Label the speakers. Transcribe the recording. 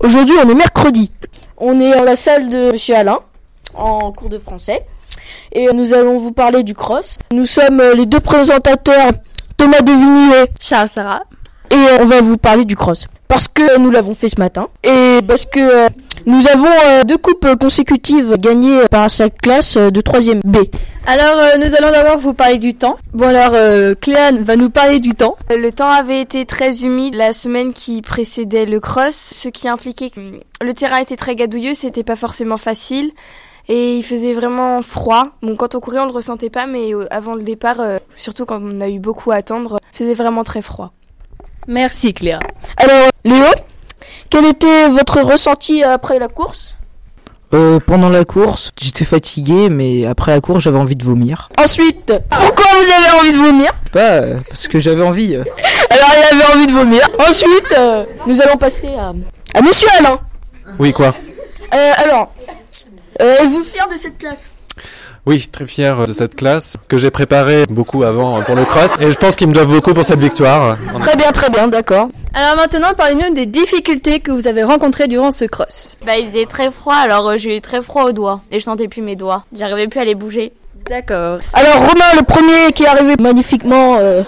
Speaker 1: Aujourd'hui, on est mercredi. On est dans la salle de Monsieur Alain, en cours de français. Et nous allons vous parler du cross. Nous sommes euh, les deux présentateurs, Thomas Devigny et
Speaker 2: Charles Sarah.
Speaker 1: et euh, on va vous parler du cross. Parce que euh, nous l'avons fait ce matin et parce que euh, nous avons euh, deux coupes euh, consécutives gagnées par cette classe euh, de 3ème B.
Speaker 2: Alors, euh, nous allons d'abord vous parler du temps. Bon, alors, euh, Cléane va nous parler du temps.
Speaker 3: Le temps avait été très humide la semaine qui précédait le cross, ce qui impliquait que hum, le terrain était très gadouilleux, c'était pas forcément facile et il faisait vraiment froid. Bon, quand on courait, on le ressentait pas, mais euh, avant le départ, euh, surtout quand on a eu beaucoup à attendre, il faisait vraiment très froid.
Speaker 2: Merci, Cléa.
Speaker 1: Alors euh, Léo, quel était votre ressenti après la course
Speaker 4: Euh, pendant la course, j'étais fatigué, mais après la course, j'avais envie de vomir.
Speaker 1: Ensuite, pourquoi vous avez envie de vomir
Speaker 4: Pas euh, parce que j'avais envie. euh.
Speaker 1: Alors il avait envie de vomir. Ensuite, euh, nous allons passer
Speaker 3: euh.
Speaker 1: à, à Euh, Monsieur Alain.
Speaker 5: Oui, quoi
Speaker 1: Euh, alors, euh, êtes-vous fier de cette classe
Speaker 5: Oui, très fier de cette classe que j'ai préparée beaucoup avant pour le cross. Et je pense qu'ils me doivent beaucoup pour cette victoire.
Speaker 1: Très bien, très bien, d'accord.
Speaker 2: Alors maintenant, parlez-nous des difficultés que vous avez rencontrées durant ce cross.
Speaker 6: Bah, il faisait très froid, alors euh, j'ai eu très froid aux doigts. Et je sentais plus mes doigts. J'arrivais plus à les bouger.
Speaker 2: D'accord.
Speaker 1: Alors Romain, le premier qui est arrivé magnifiquement euh,